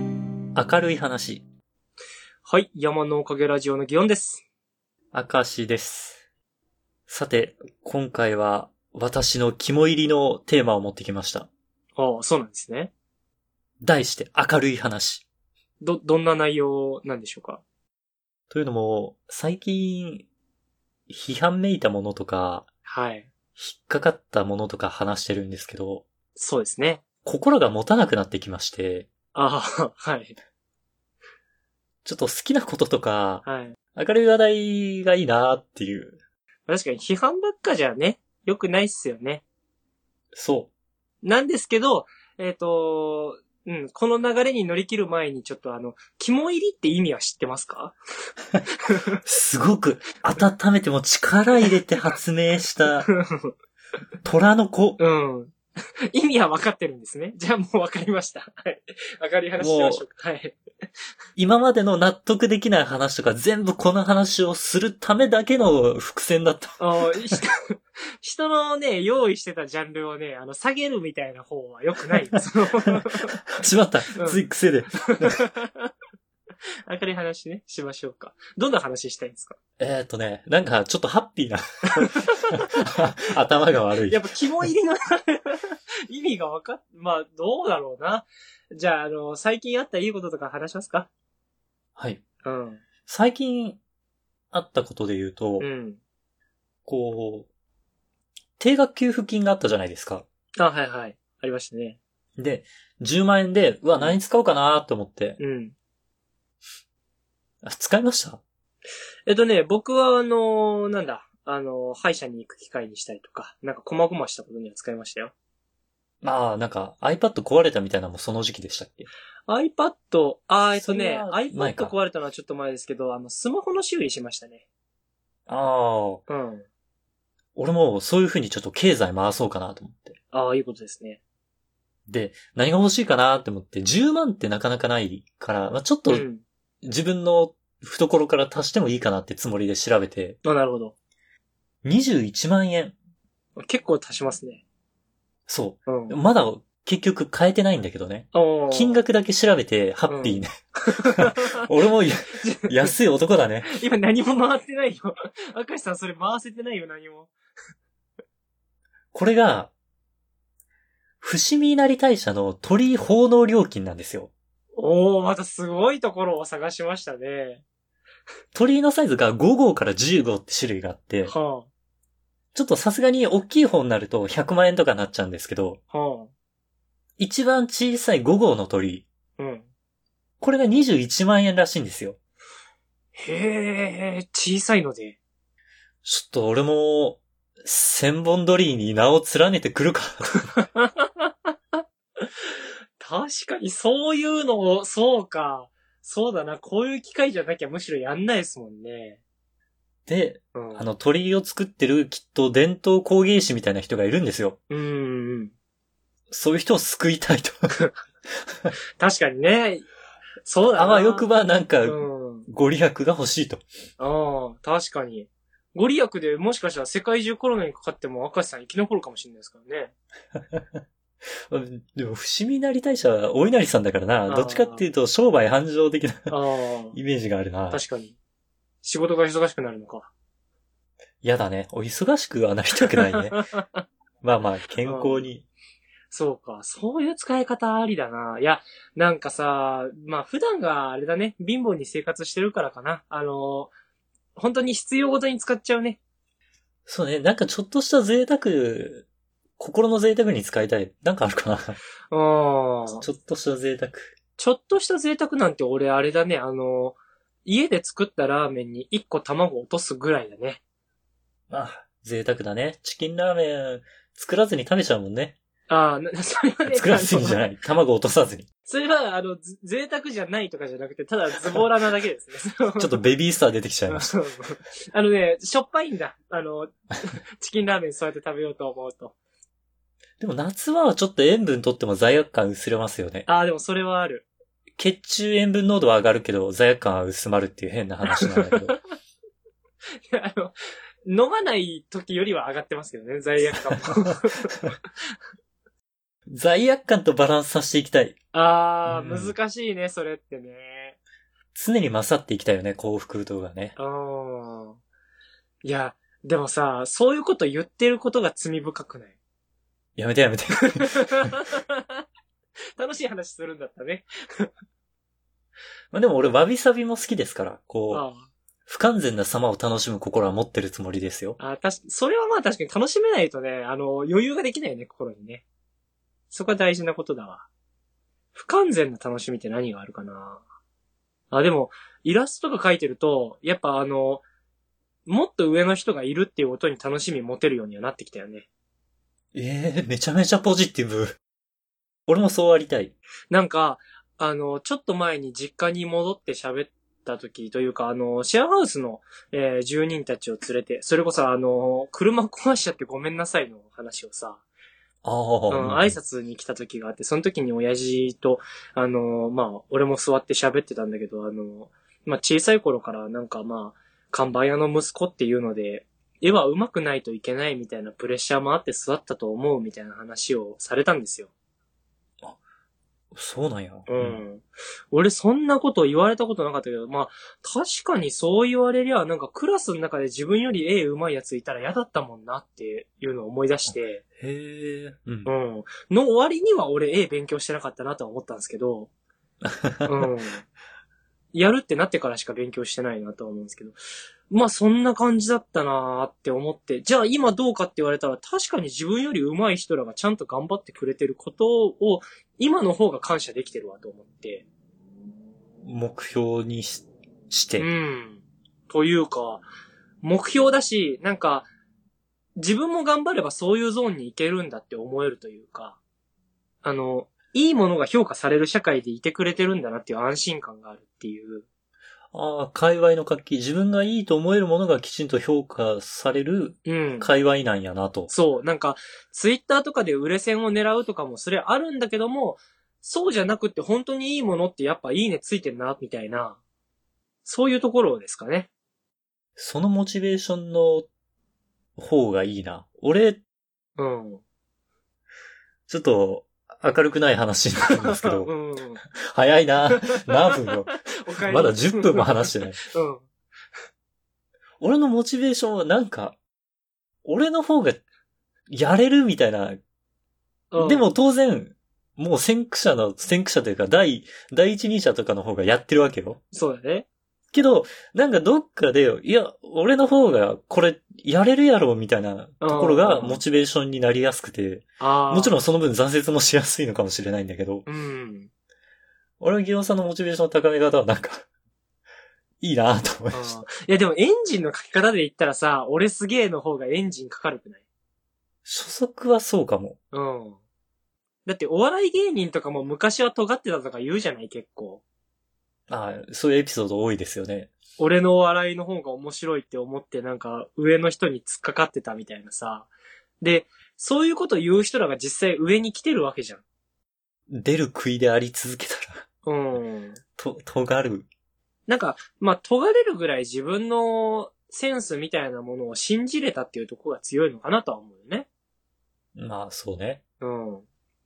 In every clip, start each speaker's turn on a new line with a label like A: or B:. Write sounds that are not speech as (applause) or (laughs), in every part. A: 明るい話。
B: はい、山のおかげラジオの祇園です。
A: 明石です。さて、今回は私の肝入りのテーマを持ってきました。
B: ああ、そうなんですね。
A: 題して明るい話。
B: ど、どんな内容なんでしょうか
A: というのも、最近、批判めいたものとか、
B: はい。
A: 引っかかったものとか話してるんですけど、
B: そうですね。
A: 心が持たなくなってきまして、
B: ああ、 (laughs) はい。
A: ちょっと好きなこととか、
B: はい。
A: 明るい話題がいいなっていう。
B: 確かに批判ばっかじゃね、良くないっすよね。
A: そ
B: なんですけど、えっ、と、うん、この流れに乗り切る前にちょっとあの、肝入りって意味は知ってます (laughs) か
A: う。すごく温めても力入れて発明した虎の子。
B: うん。 (laughs) 意味は分かってるんですね。じゃあもう分かりました。はい。分かり話しましょうか。はい。
A: 今までの納得できない話とか全部この話をするためだけの伏線だった。 (laughs)
B: あー (laughs) 人、人のね、用意してたジャンルをね、あの、下げるみたいな方は良く (laughs) ないよ。その
A: しまった
B: うん。
A: つい癖で。
B: 明るい話ね、しましょうか。どんな話したいんですか
A: えーっとね、なんかちょっとハッピーな。 (laughs) 頭が悪い
B: や。っぱ肝入りの (laughs) 意味がわかっ、まあ、どうだろうな。じゃあ、あの、最近あったいいこととか話しますか
A: はい。
B: うん。
A: 最近あったことで言うと、
B: うん。
A: こう、定額給付金があったじゃないですか。
B: あ、はいはい。ありましたね。
A: で、10万円で、うわ、何に使おうかなと思って。
B: うん。
A: あ使いました
B: えっとね、僕はあの、なんだ、あの、歯医者に行く機会にしたりとか、なんか、細々したことには使いましたよ。
A: まあ、なんか iPad 壊れたみたいなのもその時期でしたっけ
B: iPad、あー、えっと
A: それ
B: ね、
A: は前
B: iPad
A: か
B: 壊れたのはちょっと前ですけど、あの、スマホの修理しましたね。
A: ああ。
B: うん。
A: 俺もそういう風にちょっと経済回そうかなと思って。
B: ああ、いうことですね。
A: で、何が欲しいかなって思って、10万ってなかなかないから、まあ、ちょっと
B: うん。
A: 自分の懐から足してもいいかなってつもりで調べて、
B: あ、なるほど。
A: 21万円。
B: 結構足しますね。
A: そうう。
B: ん。
A: まだ結局変えてないんだけどね。
B: おー
A: 金。
B: (laughs)
A: 額だけ調べてハッピーね。 (laughs) 俺もや安い男だね。
B: 今何も回ってないよ。 (laughs) 明石さんそれ回せてないよ、何も。
A: これが、伏見稲荷大社の鳥居奉納料金なんですよ。
B: おー、またすごいところを探しましたね。
A: 鳥居のサイズが5号から10号って種類があって、
B: は
A: ちょっとさすがに大きい方になると100万円とかなっちゃうんですけど、
B: あ、は
A: 一番小さい5号の鳥居、
B: あ、うん。
A: これが21万円らしいんですよ。
B: へえ、小さいので。
A: ちょっと俺も、千本鳥居に名を連ねてくるか。
B: 確かにそういうのを、そうか。そうだな、こういう機会じゃなきゃむしろやんないですもんね。
A: で、
B: うん。
A: あの鳥居を作ってるきっと伝統工芸士みたいな人がいるんですよ。
B: うんうん。
A: そういう人を救いた
B: (laughs)
A: いと。
B: 確かにね。そうだな。
A: あわよくばなんか、
B: うん。
A: ご利益が欲しいと。
B: ああ、確かに。ご利益でもしかしたら世界中コロナにかかっても赤石さん生き残るかもしれないですからね。
A: うんでも、伏見稲荷大社はお稲荷さんだから
B: あ
A: な。
B: ー
A: どっちかっていうと、商売繁盛的な (laughs)
B: あ
A: イメージがあるな
B: あ、。確かに。仕事が忙しくなるのか。
A: 嫌だね。お忙しくはなりたくない
B: (laughs)
A: ね。まあまあ、健康に。
B: そうか、そういう使い方ありだな。いや、なんかさ、まあ普段があれだね、貧乏に生活してるからかな。あの、本当に必要ごとに使っちゃうね。
A: そうね。なんかちょっとした贅沢、心の贅沢に使いたい。なんかあるかな
B: うん。
A: ちょっとした贅沢。
B: ちょっとした贅沢なんて俺あれだね、あの、家で作ったラーメンに1個卵落とすぐらいだね。
A: まあ、贅沢だね。チキンラーメン、作らずに食べちゃうもんね。
B: ああ、な (laughs) それはね、
A: 作らずにじゃ
B: あの
A: ない。卵落とさずに。
B: それは、あの、ず贅沢じゃないとかじゃなくて、ただズボラなだけですね。ちょっ
A: (laughs) ちょっとベビースター出てきちゃい
B: (laughs)
A: まし
B: あのね、しょっぱいんだ。あの、 (laughs) チキンラーメンそうやって食べようと思うと。
A: た。でも夏場はちょっと塩分取っても罪悪感薄れますよね。
B: ああ、でもそれはある。 (laughs)
A: 血中塩分濃度は上がるけど、罪悪感は薄まるっていう変な話なんだけど。
B: いやあの、飲まない時よりは上がってますけど
A: (laughs)
B: ね、罪悪感も。
A: 罪悪感とバランスさせていきたい。
B: あー、
A: うん
B: 難しいね、それってね。
A: 常に勝っていきたいよね、幸福度がね。
B: うん。いや、でもさ、そういうこと言ってることが罪深くない
A: やめてやめて。 (laughs)
B: 楽しい話するんだったね。
A: まあでも俺、わびさびも好きですから、こう、
B: あ
A: 不完全な様を楽しむ心は持ってるつもりですよ。
B: あ、あ確かそれはまあ確かに楽しめないとね、あの、余裕ができないよね、心にね。そこは大事なことだわ。不完全な楽しみって何があるかなあ、でも、イラストとか描いてると、やっぱあの、もっと上の人がいるっていうことに楽しみ持てるようにはなってきたよね。
A: ええめちゃめちゃポジティブ。俺もそうありたい。
B: なんか、あの、ちょっと前に実家に戻って喋った時というか、あの、シェアハウスの、えー住人たちを連れて、それこそあの、車壊しちゃってごめんなさいの話をさ、
A: あ
B: うん、
A: あ、
B: 挨拶に来た時があって、その時に親父と、あの、まあ、俺も座って喋ってたんだけど、あの、まあ、小さい頃からなんかまあ、看板屋の息子っていうので、絵は上手くないといけないみたいなプレッシャーもあって座ったと思うみたいな話をされたんですよ。
A: そうなんや。
B: う。ん。俺そんなこと言われたことなかったけど、まあ、確かにそう言われりゃ、なんかクラスの中で自分より絵上手いやついたら嫌だったもんなっていうのを思い出して、
A: へえ。うん
B: う。ん。の割には俺絵勉強してなかったなとは思ったんですけど、うん。やるってなってからしか勉強してないなとは思うんですけど、まあそんな感じだったなーって思って、じゃあ今どうかって言われたら確かに自分より上手い人らがちゃんと頑張ってくれてることを今の方が感謝できてるわと思って、
A: 目標にしして。
B: うん。というか、目標だし、なんか、自分も頑張ればそういうゾーンに行けるんだって思えるというか、あの、いいものが評価される社会でいてくれてるんだなっていう安心感があるっていう。
A: ああ、界隈の活気。自分がいいと思えるものがきちんと評価される
B: うん。
A: 界隈なんやなと。
B: そう、なんか、ツイッターとかで売れ線を狙うとかもそれあるんだけども、そうじゃなくって本当にいいものってやっぱいいねついてんな、みたいな、そういうところですかね。
A: そのモチベーションの方がいいな。俺、
B: うん。
A: ちょっと明るくない話になるんですけ
B: (laughs) う
A: ど、
B: ん。
A: 早いな。何分よ。
B: おかえり
A: まだ10分も話してない。
B: うん。
A: 俺のモチベーションはなんか、俺の方がやれるみたいな。
B: うん
A: でも当然、もう先駆者の、先駆者というか、第、第一人者とかの方がやってるわけよ。
B: そうだね。
A: けど、なんかどっかで、いや、俺の方がこれやれるやろ、みたいなところが
B: うん
A: モチベーションになりやすくて、
B: ああ。
A: もちろんその分挫折もしやすいのかもしれないんだけど、
B: ん。うん。
A: 俺はギロさんのモチベーションの高め方はなんか、いいなと思い
B: あ
A: ました。
B: ーいやでもエンジンの書き方で言ったらさ、俺すげえの方がエンジンかかるくない
A: 所属はそうかも。
B: うん。だってお笑い芸人とかも昔は尖ってたとか言うじゃない結構。
A: ああそういうエピソード多いですよね。
B: 俺のお笑いの方が面白いって思ってなんか上の人に突っかかってたみたいなさ。で、そういうこと言う人らが実際上に来てるわけじゃん。
A: 出る杭であり続けたら、 (laughs)
B: うん。
A: と、尖る。
B: なんか、まあ、尖れるぐらい自分のセンスみたいなものを信じれたっていうところが強いのかなとは思うよね。
A: まあ、そうね。
B: うん。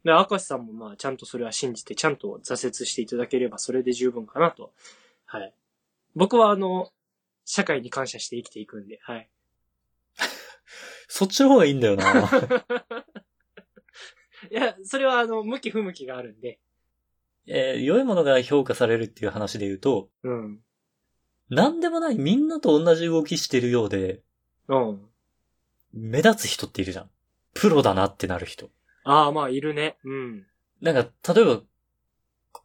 B: で、明石さんもまあ、ちゃんとそれは信じて、ちゃんと挫折していただければ、それで十分かなと。はい。僕はあの、社会に感謝して生きていくんで、はい。 (laughs)
A: そっちの方がいいんだよな。
B: いや、それはあの、向き不向きがあるんで。
A: (laughs) えー良いものが評価されるっていう話で言うと、
B: うん。
A: なんでもないみんなと同じ動きしてるようで、
B: うん。
A: 目立つ人っているじゃん。プロだなってなる人。
B: ああ、まあ、いるね。うん。
A: なんか、例えば、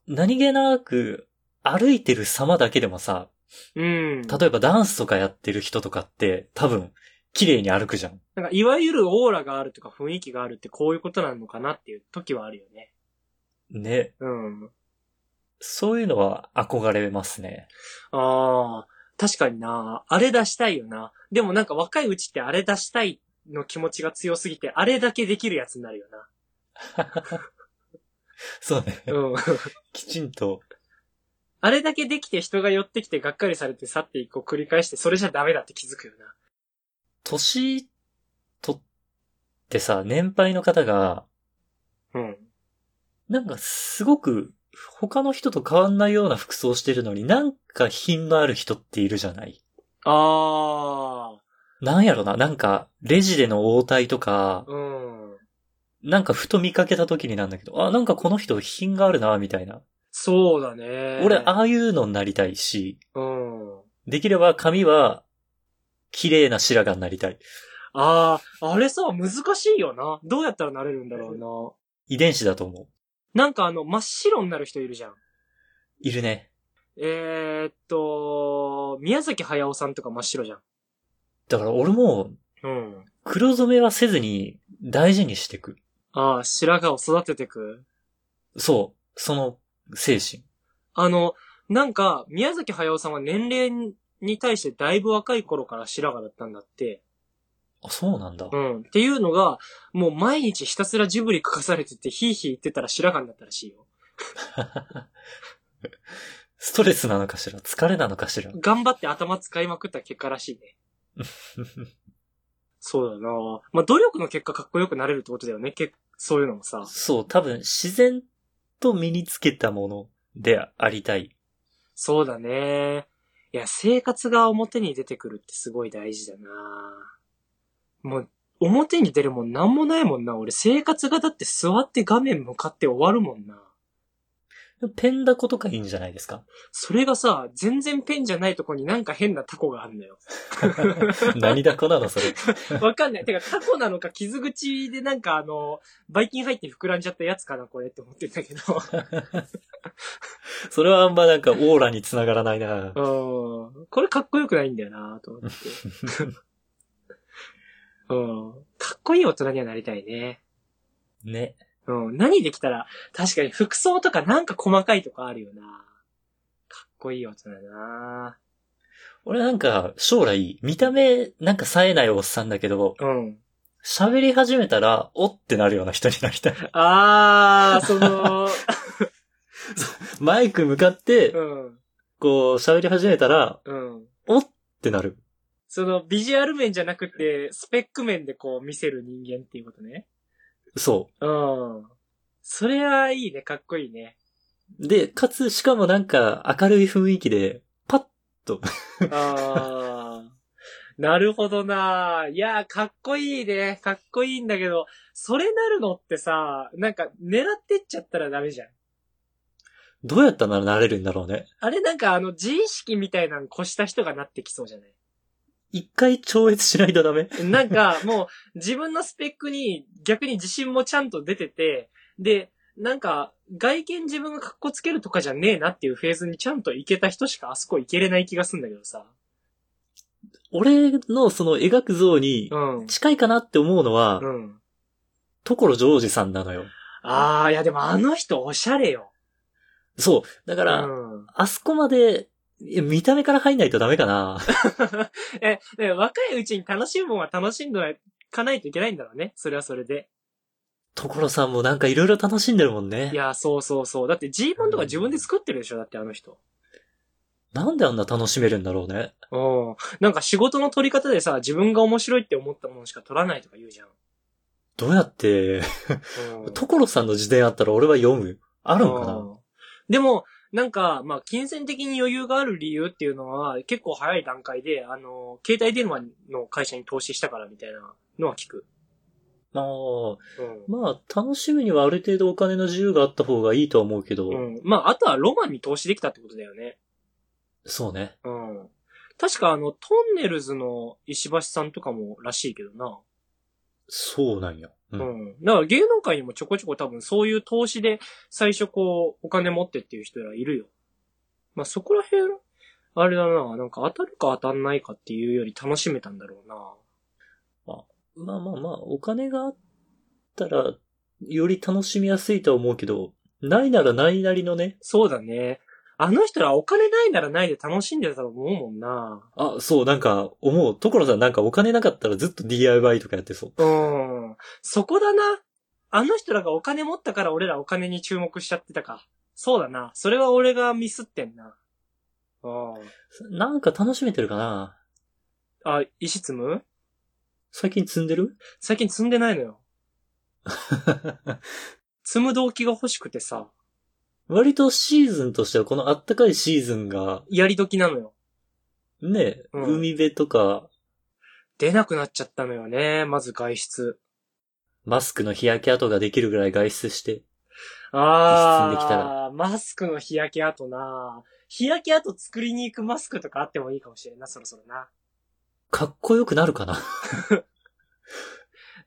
A: 何気なく歩いてる様だけでもさ、
B: うん。なん
A: 例えばダンスとかやってる人とかって多分、綺麗に歩くじゃん。
B: か、いわゆるオーラがあるとか雰囲気があるってこういうことなのかなっていう時はあるよね。
A: ね。
B: うん。
A: そういうのは憧れますね。
B: ああ、確かにな。あれ出したいよな。でもなんか若いうちってあれ出したいの気持ちが強すぎて、あれだけできるやつになるよな。
A: そうね。
B: うん。
A: (laughs)
B: (laughs)
A: きちんと。
B: あれだけできて人が寄ってきてがっかりされて去っていくを繰り返して、それじゃダメだって気づくよな。
A: 年取ってさ、年配の方が、
B: うん。
A: なんかすごく他の人と変わんないような服装してるのになんか品のある人っているじゃない
B: あ
A: なんやろな、なんか、レジでの応対とか
B: ー、、うん。
A: なんかふと見かけた時になんだけど、あ、なんかこの人品があるな、みたいな。
B: そうだね。
A: 俺、ああいうのになりたいし、
B: うん。
A: できれば髪は、綺麗な白髪になりたい。
B: ああ、あれさ、難しいよな。どうやったらなれるんだろう
A: 遺伝子だと思う。
B: な。なんかあの、真っ白になる人いるじゃん。
A: いるね。
B: えー、っと、宮崎駿さんとか真っ白じゃん。
A: だから俺も、
B: うん。
A: 黒染めはせずに、大事にしてく。
B: ああ、白髪を育ててく。
A: そう。その、精神。
B: あの、なんか、宮崎駿さんは年齢に対してだいぶ若い頃から白髪だったんだって。
A: あ、そうなんだ (laughs)
B: う。ん。っていうのが、もう毎日ひたすらジブリ書かされてて、ヒーヒー言ってたら白髪になったらしいよ。
A: ストレスなのかしら疲れなのかしら (laughs)
B: 頑張って頭使いまくった結果らしいね。そうだなまあ、努力の結果かっこよくなれるってことだよね。けそういうのもさ。
A: そう、多分自然と身につけたものでありたい。
B: そうだね。いや、生活が表に出てくるってすごい大事だなもう、表に出るもんなんもないもんな。俺、生活がだって座って画面向かって終わるもんな。
A: ペンダコとかいいんじゃないですか (laughs)
B: それがさ、全然ペンじゃないとこになんか変なタコがあんだよ。
A: 何ダコなのそれ。
B: わかんない。てか、タコなのか傷口でなんかあの、バイキン入って膨らんじゃったやつかな、これって思ってんだけど。
A: それはあんまなんかオーラにつながらないな
B: うん。これかっこよくないんだよなと思って。うん。かっこいい大人にはなりたいね。
A: ね。
B: うん。何できたら、確かに服装とかなんか細かいとかあるよな。かっこいい大人だな
A: 俺なんか将来見た目なんか冴えないおっさんだけど、
B: うん。
A: 喋り始めたらおってなるような人になりたい。
B: あー、その、
A: マイク向かって、
B: うん。
A: こう喋り始めたら
B: うん。
A: おってなる。
B: その、ビジュアル面じゃなくて、スペック面でこう見せる人間っていうことね。
A: そ
B: うん。それはいいね、かっこいいね。
A: う。で、かつしかもなんか明るい雰囲気で、パッ
B: ああ。 (laughs) なるほどな。いやー、かっこいいね。かっこいいんだけど、それなるのってさ、なんか狙ってっちゃったらダメじゃん。
A: どうやったらなれるんだろうね。
B: あれなんかあの、自意識みたいなの越した人がなってきそうじゃない
A: 一回超越しないとダメ。
B: なんかもう、自分のスペックに逆に自信もちゃんと出てて、で、なんか、外見自分が格好つけるとかじゃねえなっていうフェーズにちゃんと行けた人しかあそこ行けれない気がすんだけどさ。
A: 俺のその描く像に
B: うん。
A: 近いかなって思うのは、
B: うん。
A: 所ジョージさんなのよ。
B: ああ、いやでもあの人おしゃれよ。
A: そう。だか
B: う
A: ら、
B: ん。
A: あそこまで、いや見た目から入んないとダメか
B: (laughs)
A: な。
B: え、ね若いうちに楽しいもんは楽しんでいかないといけないんだろうね。それはそれで。
A: 所さんもなんかいろいろ楽しんでるもんね
B: い。や、そうそうそう。だって G ンとか自分で作ってるでしょだってあの人。
A: なんであんな楽しめるんだろうね。
B: うん。なんか仕事の取り方でさ、自分が面白いって思ったものしか取らないとか言うじゃん。
A: どうやって、
B: うん。
A: 所さんの自伝あったら俺は読む。あるんかな
B: うんでも、なんか、まあ、金銭的に余裕がある理由っていうのは、結構早い段階で、あの、携帯電話の会社に投資したからみたいなのは聞く。
A: まあ、
B: うん。
A: まあ、楽しむにはある程度お金の自由があった方がいいとは思うけど、
B: うん。まあ、あとはロマンに投資できたってことだよね。
A: そうね。
B: うん。確かあの、トンネルズの石橋さんとかもらしいけどな。
A: そうなんや。う。
B: うんん。だから芸能界にもちょこちょこ多分そういう投資で最初こう、お金持ってっていう人らいるよ。まあそこら辺、あれだな、なんか当たるか当たんないかっていうより楽しめたんだろうな。
A: まあまあまあ、お金があったら、より楽しみやすいとは思うけど、ないならないなりのね、
B: そうだね。あの人らお金ないならないで楽しんでたと思うもんな。
A: あ、そう、なんか、思う。所さんなんかお金なかったらずっと DIY とかやってそう。
B: うん。そこだな。あの人らがお金持ったから俺らお金に注目しちゃってたか。そうだな。それは俺がミスってんな。あ
A: なんか楽しめてるかな
B: あ。あ、石積む
A: 最近積んで
B: (laughs)
A: る
B: 最近積んでないのよ。積む動機が欲しくてさ。
A: 割とシーズンとしてはこのあったかいシーズンが、
B: やり時なのよ。
A: ね、
B: うん
A: 海辺とか、
B: 出なくなっちゃったのよね。まず外出。
A: マスクの日焼け跡ができるぐらい外出して。
B: あ
A: 一室にできたら
B: あ、マスクの日焼け跡な。日焼け跡作りに行くマスクとかあってもいいかもしれんな、そろそろな。
A: かっこよくなるかな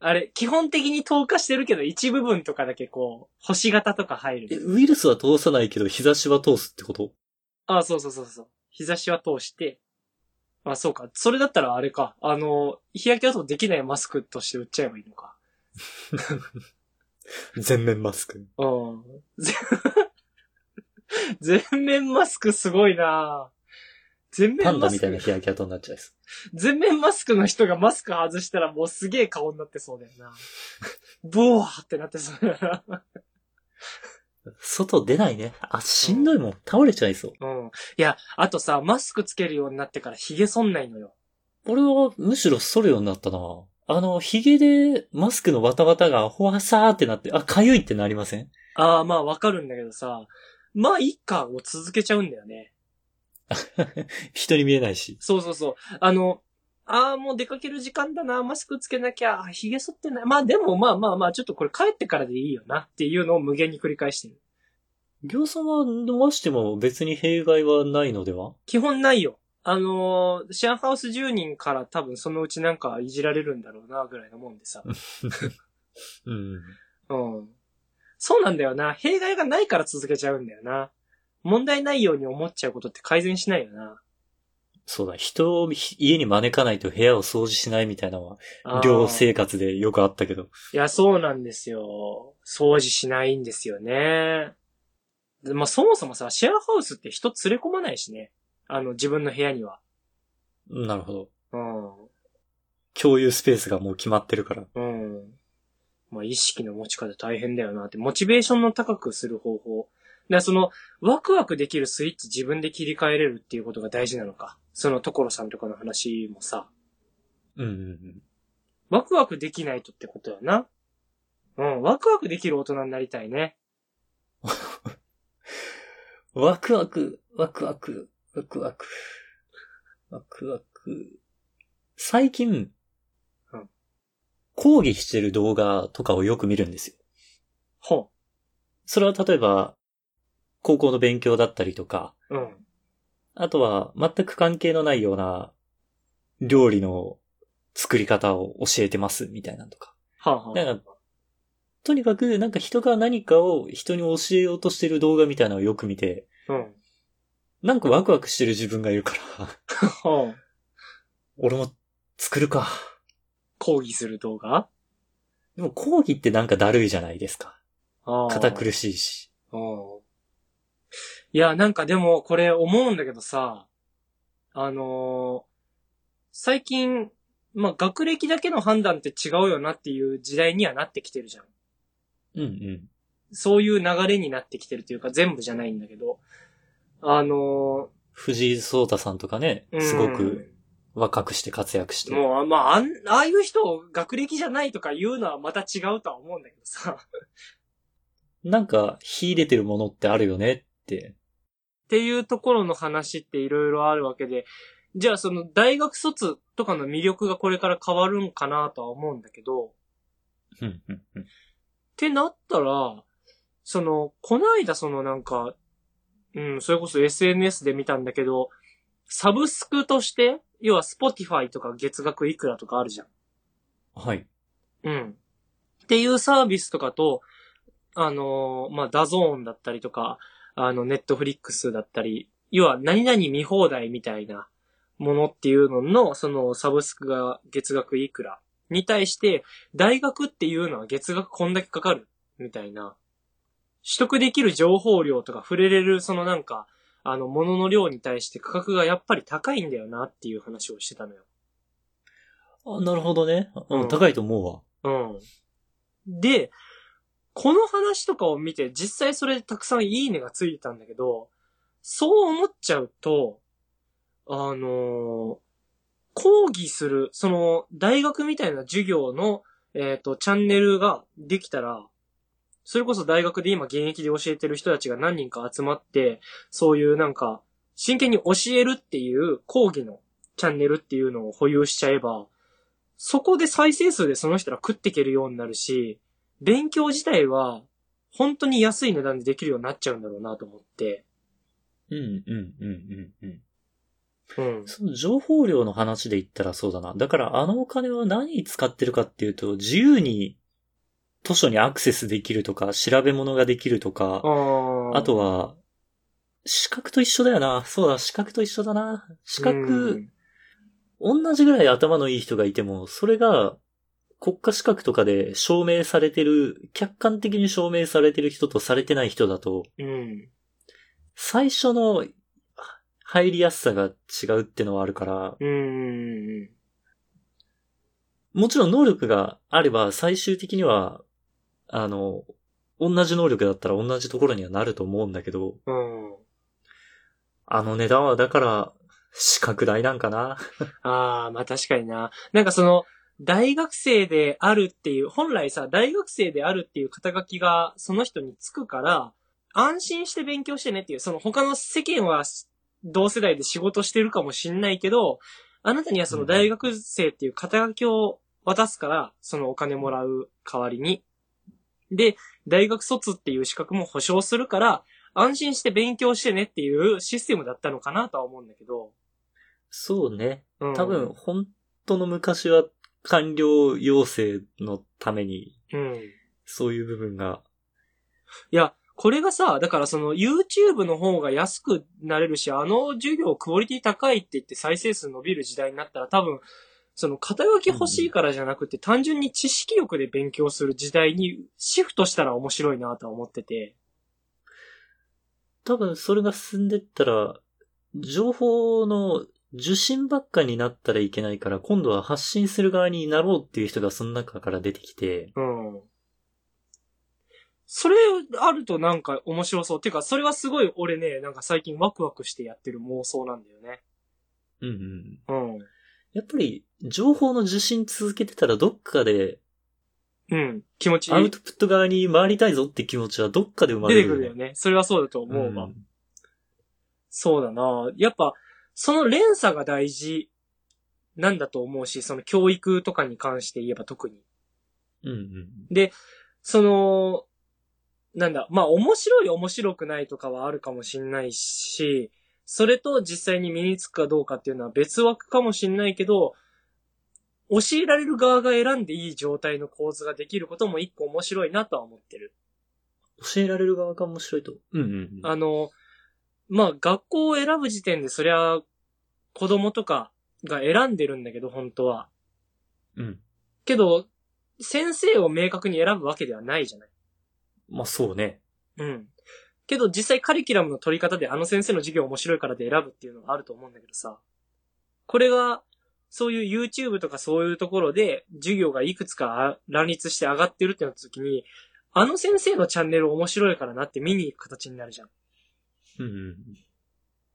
B: あれ、基本的に透過してるけど、一部分とかだけこう、星型とか入
A: え
B: る。
A: ウイルスは通さないけど日差しは通すってこと
B: ああ、そうそうそうそう。日差しは通して。あ、そうか。それだったらあれか。あの、日焼け跡できないマスクとして売っちゃえばいいのか。
A: 全面マスク。
B: うん。ぜ (laughs) 全面マスクすごいな全
A: パ
B: 面
A: ン
B: マ
A: ダ
B: ス
A: みたいな
B: ク、
A: 日焼け跡になっちゃいです。
B: 全面マスクの人がマスク外したらもうすげえ顔になってそうだよな。ボワーってなってそうだよな。
A: 外出ないね。あ、しんどいもん。倒れちゃいそう。
B: うん。いや、あとさ、マスクつけるようになってから髭剃んないのよ。
A: 俺はむしろ剃るようになったな。あの、髭でマスクのバタバタがほわさーってなって、あ、かゆいってなりません (laughs)
B: ああ、まあわかるんだけどさ、まあいいかを続けちゃうんだよね。
A: 人に見えないし。
B: そうそうそう。あの、ああ、もう出かける時間だな、マスクつけなきゃ、あ髭剃ってない。まあでもまあまあまあ、ちょっとこれ帰ってからでいいよなっていうのを無限に繰り返してる。
A: 行さんは伸ばしても別に弊害はないのでは
B: 基本ないよ。あのーシェアハウス10人から多分そのうちなんかいじられるんだろうな、ぐらいのもんでさ。
A: うん。
B: うん。そうなんだよな。弊害がないから続けちゃうんだよな。問題ないように思っちゃうことって改善しないよな。
A: そうだ、人をひ家に招かないと部屋を掃除しないみたいなのは、
B: あー
A: 寮生活でよくあったけど。
B: いや、そうなんですよ。掃除しないんですよね。でまあ、そもそもさ、シェアハウスって人連れ込まないしね。あの、自分の部屋には。
A: なるほど。
B: うん。
A: 共有スペースがもう決まってるから。
B: うん。まあ、意識の持ち方大変だよなって、モチベーションの高くする方法。だからその、ワクワクできるスイッチ自分で切り替えれるっていうことが大事なのか。その、所さんとかの話もさ、
A: うんうんうん。
B: ワクワクできないとってことよな。うん、ワクワクできる大人になりたいね。
A: ワクワク、ワクワク、ワクワク。ワクワク。最近、
B: うん
A: 講義してる動画とかをよく見るんですよ。
B: ほ
A: それは例えば、高校の勉強だったりとか、
B: う。うん。
A: あとは全く関係のないような料理の作り方を教えてますみたいなのとか。
B: はあ、はあ。
A: だからとにかくなんか人が何かを人に教えようとしてる動画みたいなのをよく見て、
B: うん。
A: なんかワクワクしてる自分がいるから、 (laughs)
B: はあ、
A: 俺も作るか。
B: 抗議する動画
A: でも講義ってなんかだるいじゃないですか。堅
B: る。
A: 苦しいし。
B: うんいや、なんかでも、これ思うんだけどさ、あのー最近、まあ、学歴だけの判断って違うよなっていう時代にはなってきてるじゃん。
A: うんうん。
B: そういう流れになってきてるというか、全部じゃないんだけど、あの
A: 藤井聡太さんとかね、
B: ー
A: すご
B: う
A: く
B: ん
A: 若くして活躍して。
B: もう、まあ、あん、ああいう人を学歴じゃないとか言うのはまた違うとは思うんだけどさ。
A: なんか秀でてるものってあるよねって。
B: っていうところの話っていろいろあるわけで、じゃあその大学卒とかの魅力がこれから変わるんかなとは思うんだけど、っ
A: うんうんうん。
B: てなったら、その、こないだそのなんか、うん、それこそ SNS で見たんだけど、サブスクとして、要は Spotify とか月額いくらとかあるじゃん。
A: はい。
B: うん。っていうサービスとかと、あのーまあ、ダゾーンだったりとか、あの、ネットフリックスだったり、要は何々見放題みたいなものっていうのの、そのサブスクが月額いくらに対して、大学っていうのは月額こんだけかかるみたいな、取得できる情報量とか触れれるそのなんか、あの、ものの量に対して価格がやっぱり高いんだよなっていう話をしてたのよ。
A: あ、なるほどね。う
B: うん
A: ん、高いと思うわ。
B: うん。で、この話とかを見て、実際それでたくさんいいねがついてたんだけど、そう思っちゃうと、あのー講義する、その、大学みたいな授業の、えっ、と、チャンネルができたら、それこそ大学で今現役で教えてる人たちが何人か集まって、そういうなんか、真剣に教えるっていう講義のチャンネルっていうのを保有しちゃえば、そこで再生数でその人ら食っていけるようになるし、勉強自体は本当に安い値段でできるようになっちゃうんだろうなと思って。
A: うん、うん、うん、うん、うん。
B: うん。
A: その情報量の話で言ったらそうだな。だからあのお金は何に使ってるかっていうと、自由に図書にアクセスできるとか、調べ物ができるとか、
B: あ
A: あとは、資格と一緒だよな。そうだ、資格と一緒だな。資格、同じぐらい頭のいい人がいても、それが国家資格とかで証明されてる、客観的に証明されてる人とされてない人だと、
B: うん。うん。
A: 最初のは入りやすさが違うってのはあるから、
B: うん。
A: もちろん能力があれば最終的には、あの、同じ能力だったら同じところにはなると思うんだけど、
B: うん。
A: あの値段はだから、資格代なんかな。
B: ああ、まあ確かにな。なんかその、大学生であるっていう、本来さ、大学生であるっていう肩書きがその人につくから、安心して勉強してねっていう、その他の世間は同世代で仕事してるかもしんないけど、あなたにはその大学生っていう肩書きを渡すから、そのお金もらう代わりに。で、大学卒っていう資格も保証するから、安心して勉強してねっていうシステムだったのかなとは思うんだけど。
A: そうね。
B: うん
A: 多分、、本当の昔は官僚要請のために、
B: うん。
A: そういう部分が、
B: いや、これがさ、だからその YouTube の方が安くなれるし、あの授業クオリティ高いって言って再生数伸びる時代になったら多分、その肩書き欲しいからじゃなくて、単純に知識力で勉強する時代にシフトしたら面白いなとは思ってて。
A: 多分それが進んでったら、情報の受信ばっかになったらいけないから、今度は発信する側になろうっていう人がその中から出てきて、
B: うん。それあるとなんか面白そう。てか、それはすごい俺ね、なんか最近ワクワクしてやってる妄想なんだよね。
A: うんうん。
B: うん。
A: やっぱり、情報の受信続けてたらどっかで、
B: うん。気持ち
A: アウトプット側に回りたいぞって気持ちはどっかで生ま
B: 出
A: れ
B: て
A: る
B: く
A: よ
B: る
A: ね。
B: よね。それはそうだと思うわ。
A: ん
B: そうだなやっぱ、その連鎖が大事なんだと思うし、その教育とかに関して言えば特に。
A: うんうん。
B: その、なんだ、まあ面白い面白くないとかはあるかもしんないし、それと実際に身につくかどうかっていうのは別枠かもしんないけど、教えられる側が選んでいい状態の構図ができることも一個面白いなとは思ってる。
A: 教えられる側が面白いと。うんうんうん。
B: あの、まあ、学校を選ぶ時点でそりゃ、子供とかが選んでるんだけど、本当は。
A: うん。
B: けど、先生を明確に選ぶわけではないじゃない。
A: まあそうね。
B: うん。けど実際カリキュラムの取り方であの先生の授業面白いからで選ぶっていうのがあると思うんだけどさ。これが、そういう YouTube とかそういうところで授業がいくつか乱立して上がってるってなった時に、あの先生のチャンネル面白いからなって見に行く形になるじゃん。
A: うん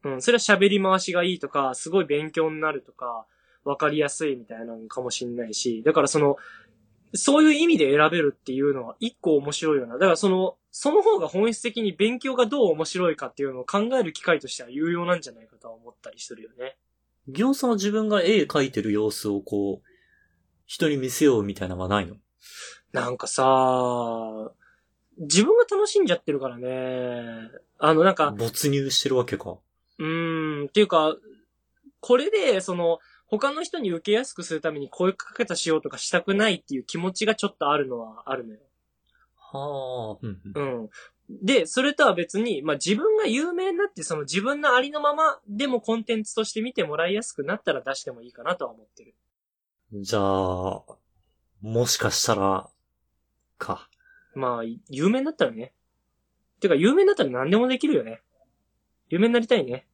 A: うん。
B: うん、それは喋り回しがいいとか、すごい勉強になるとか、わかりやすいみたいなのかもしんないし、だからその、そういう意味で選べるっていうのは一個面白いよな。だからその、その方が本質的に勉強がどう面白いかっていうのを考える機会としては有用なんじゃないかとは思ったりするよね。
A: 行さんは自分が絵描いてる様子をこう、人に見せようみたいなのはないの
B: なんかさ、自分が楽しんじゃってるからね。あのなんか、
A: 没入してるわけか。
B: うーん、っていうか、これで、その、他の人に受けやすくするために声かけたしようとかしたくないっていう気持ちがちょっとあるのはあるのよ。
A: はあ。うんうん。
B: うん。で、それとは別に、まあ、自分が有名になって、その自分のありのままでもコンテンツとして見てもらいやすくなったら出してもいいかなとは思ってる。
A: じゃあ、もしかしたら、か。
B: まあ、有名になったらね。てか、有名になったら何でもできるよね。有名になりたいね。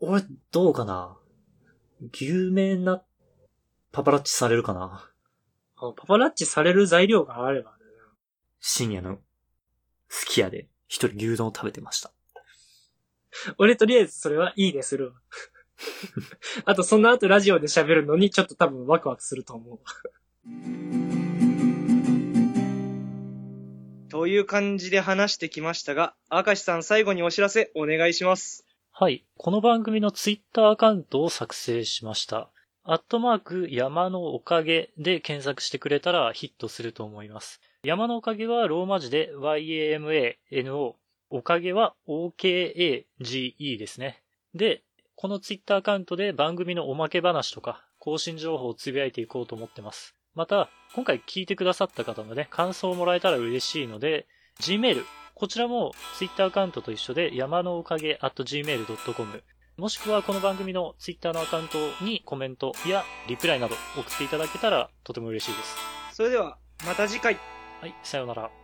A: 俺、どうかな有名な、パパラッチされるかな
B: あのパパラッチされる材料があればね、
A: 深夜の、すき家で、一人牛丼を食べてました。
B: 俺とりあえずそれはいいねするわ。 (laughs) あとその後ラジオで喋るのにちょっと多分ワクワクすると思うわ。と
C: という感じで話してきましたが、明石さん最後にお知らせお願いします。
A: はい。この番組のツイッターアカウントを作成しました。アットマーク山のおかげで検索してくれたらヒットすると思います。山のおかげはローマ字で YAMANO。おかげは OKAGE ですね。で、このツイッターアカウントで番組のおまけ話とか更新情報をつぶやいていこうと思ってます。また、今回聞いてくださった方のね、感想をもらえたら嬉しいので、Gmail、こちらも Twitter アカウントと一緒で山のおかげ at gmail.com もしくはこの番組の Twitter のアカウントにコメントやリプライなど送っていただけたらとても嬉しいです。
C: それでは、また次回。
A: はい、さようなら。